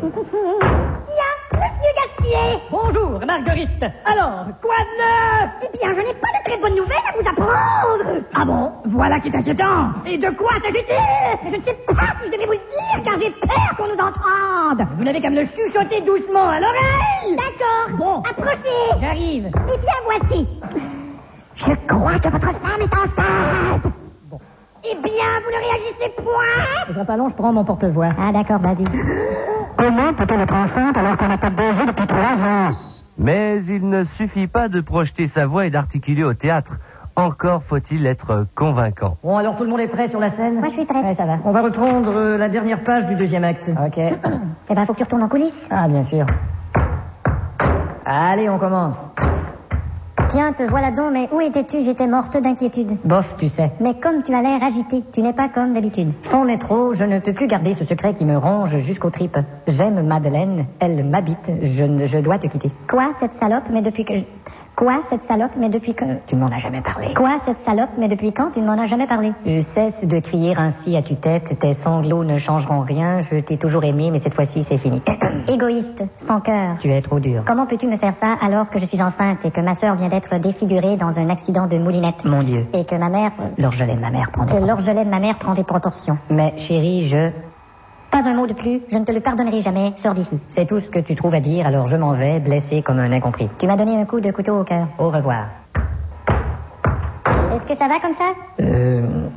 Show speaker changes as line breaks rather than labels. Tiens, monsieur Gastier
Bonjour, Marguerite. Alors, quoi de neuf
Eh bien, je n'ai pas de très bonnes nouvelles à vous apprendre
Ah bon Voilà qui est inquiétant.
Et de quoi s'agit-il Je ne sais pas si je devais vous le dire, car j'ai peur qu'on nous entende
Vous n'avez qu'à me le chuchoter doucement à l'oreille.
D'accord
Bon.
Approchez
J'arrive.
Eh bien, voici Je crois que votre femme est enceinte
Bon.
Eh bien, vous ne réagissez point
Ce sera pas long, je prends mon porte-voix.
Ah d'accord, vas-y.
Comment peut-elle être enceinte alors qu'on n'a pas baisé depuis trois ans
Mais il ne suffit pas de projeter sa voix et d'articuler au théâtre. Encore faut-il être convaincant.
Bon, alors tout le monde est prêt sur la scène
Moi, je suis prête.
Ouais, ça va. On va reprendre euh, la dernière page du deuxième acte. Ok.
Eh ben, faut que tu retournes en coulisses.
ah, bien sûr. Allez, on commence.
Tiens, te voilà donc, mais où étais-tu J'étais morte d'inquiétude.
Bof, tu sais.
Mais comme tu as l'air agité, tu n'es pas comme d'habitude.
Sans métro, je ne peux plus garder ce secret qui me ronge jusqu'aux tripes. J'aime Madeleine, elle m'habite, je, ne- je dois te quitter.
Quoi, cette salope, mais depuis que je... Quoi, cette salope, mais depuis que...
Euh, Tu ne m'en as jamais parlé.
Quoi, cette salope, mais depuis quand tu ne m'en as jamais parlé
Euh, Cesse de crier ainsi à tue-tête, tes sanglots ne changeront rien, je t'ai toujours aimé, mais cette fois-ci c'est fini.
Égoïste, sans cœur.
tu es trop dur.
Comment peux-tu me faire ça alors que je suis enceinte et que ma sœur vient d'être défigurée dans un accident de moulinette
Mon Dieu,
Et que ma mère...
l'orgelet de ma mère prend des
Que l'orgelet de ma mère prend des proportions.
Mais chérie, je...
Pas un mot de plus, je ne te le pardonnerai jamais, sors d'ici.
C'est tout ce que tu trouves à dire, alors je m'en vais, blessé comme un incompris.
Tu m'as donné un coup de couteau au cœur.
Au revoir.
Est-ce que ça va comme ça
Euh,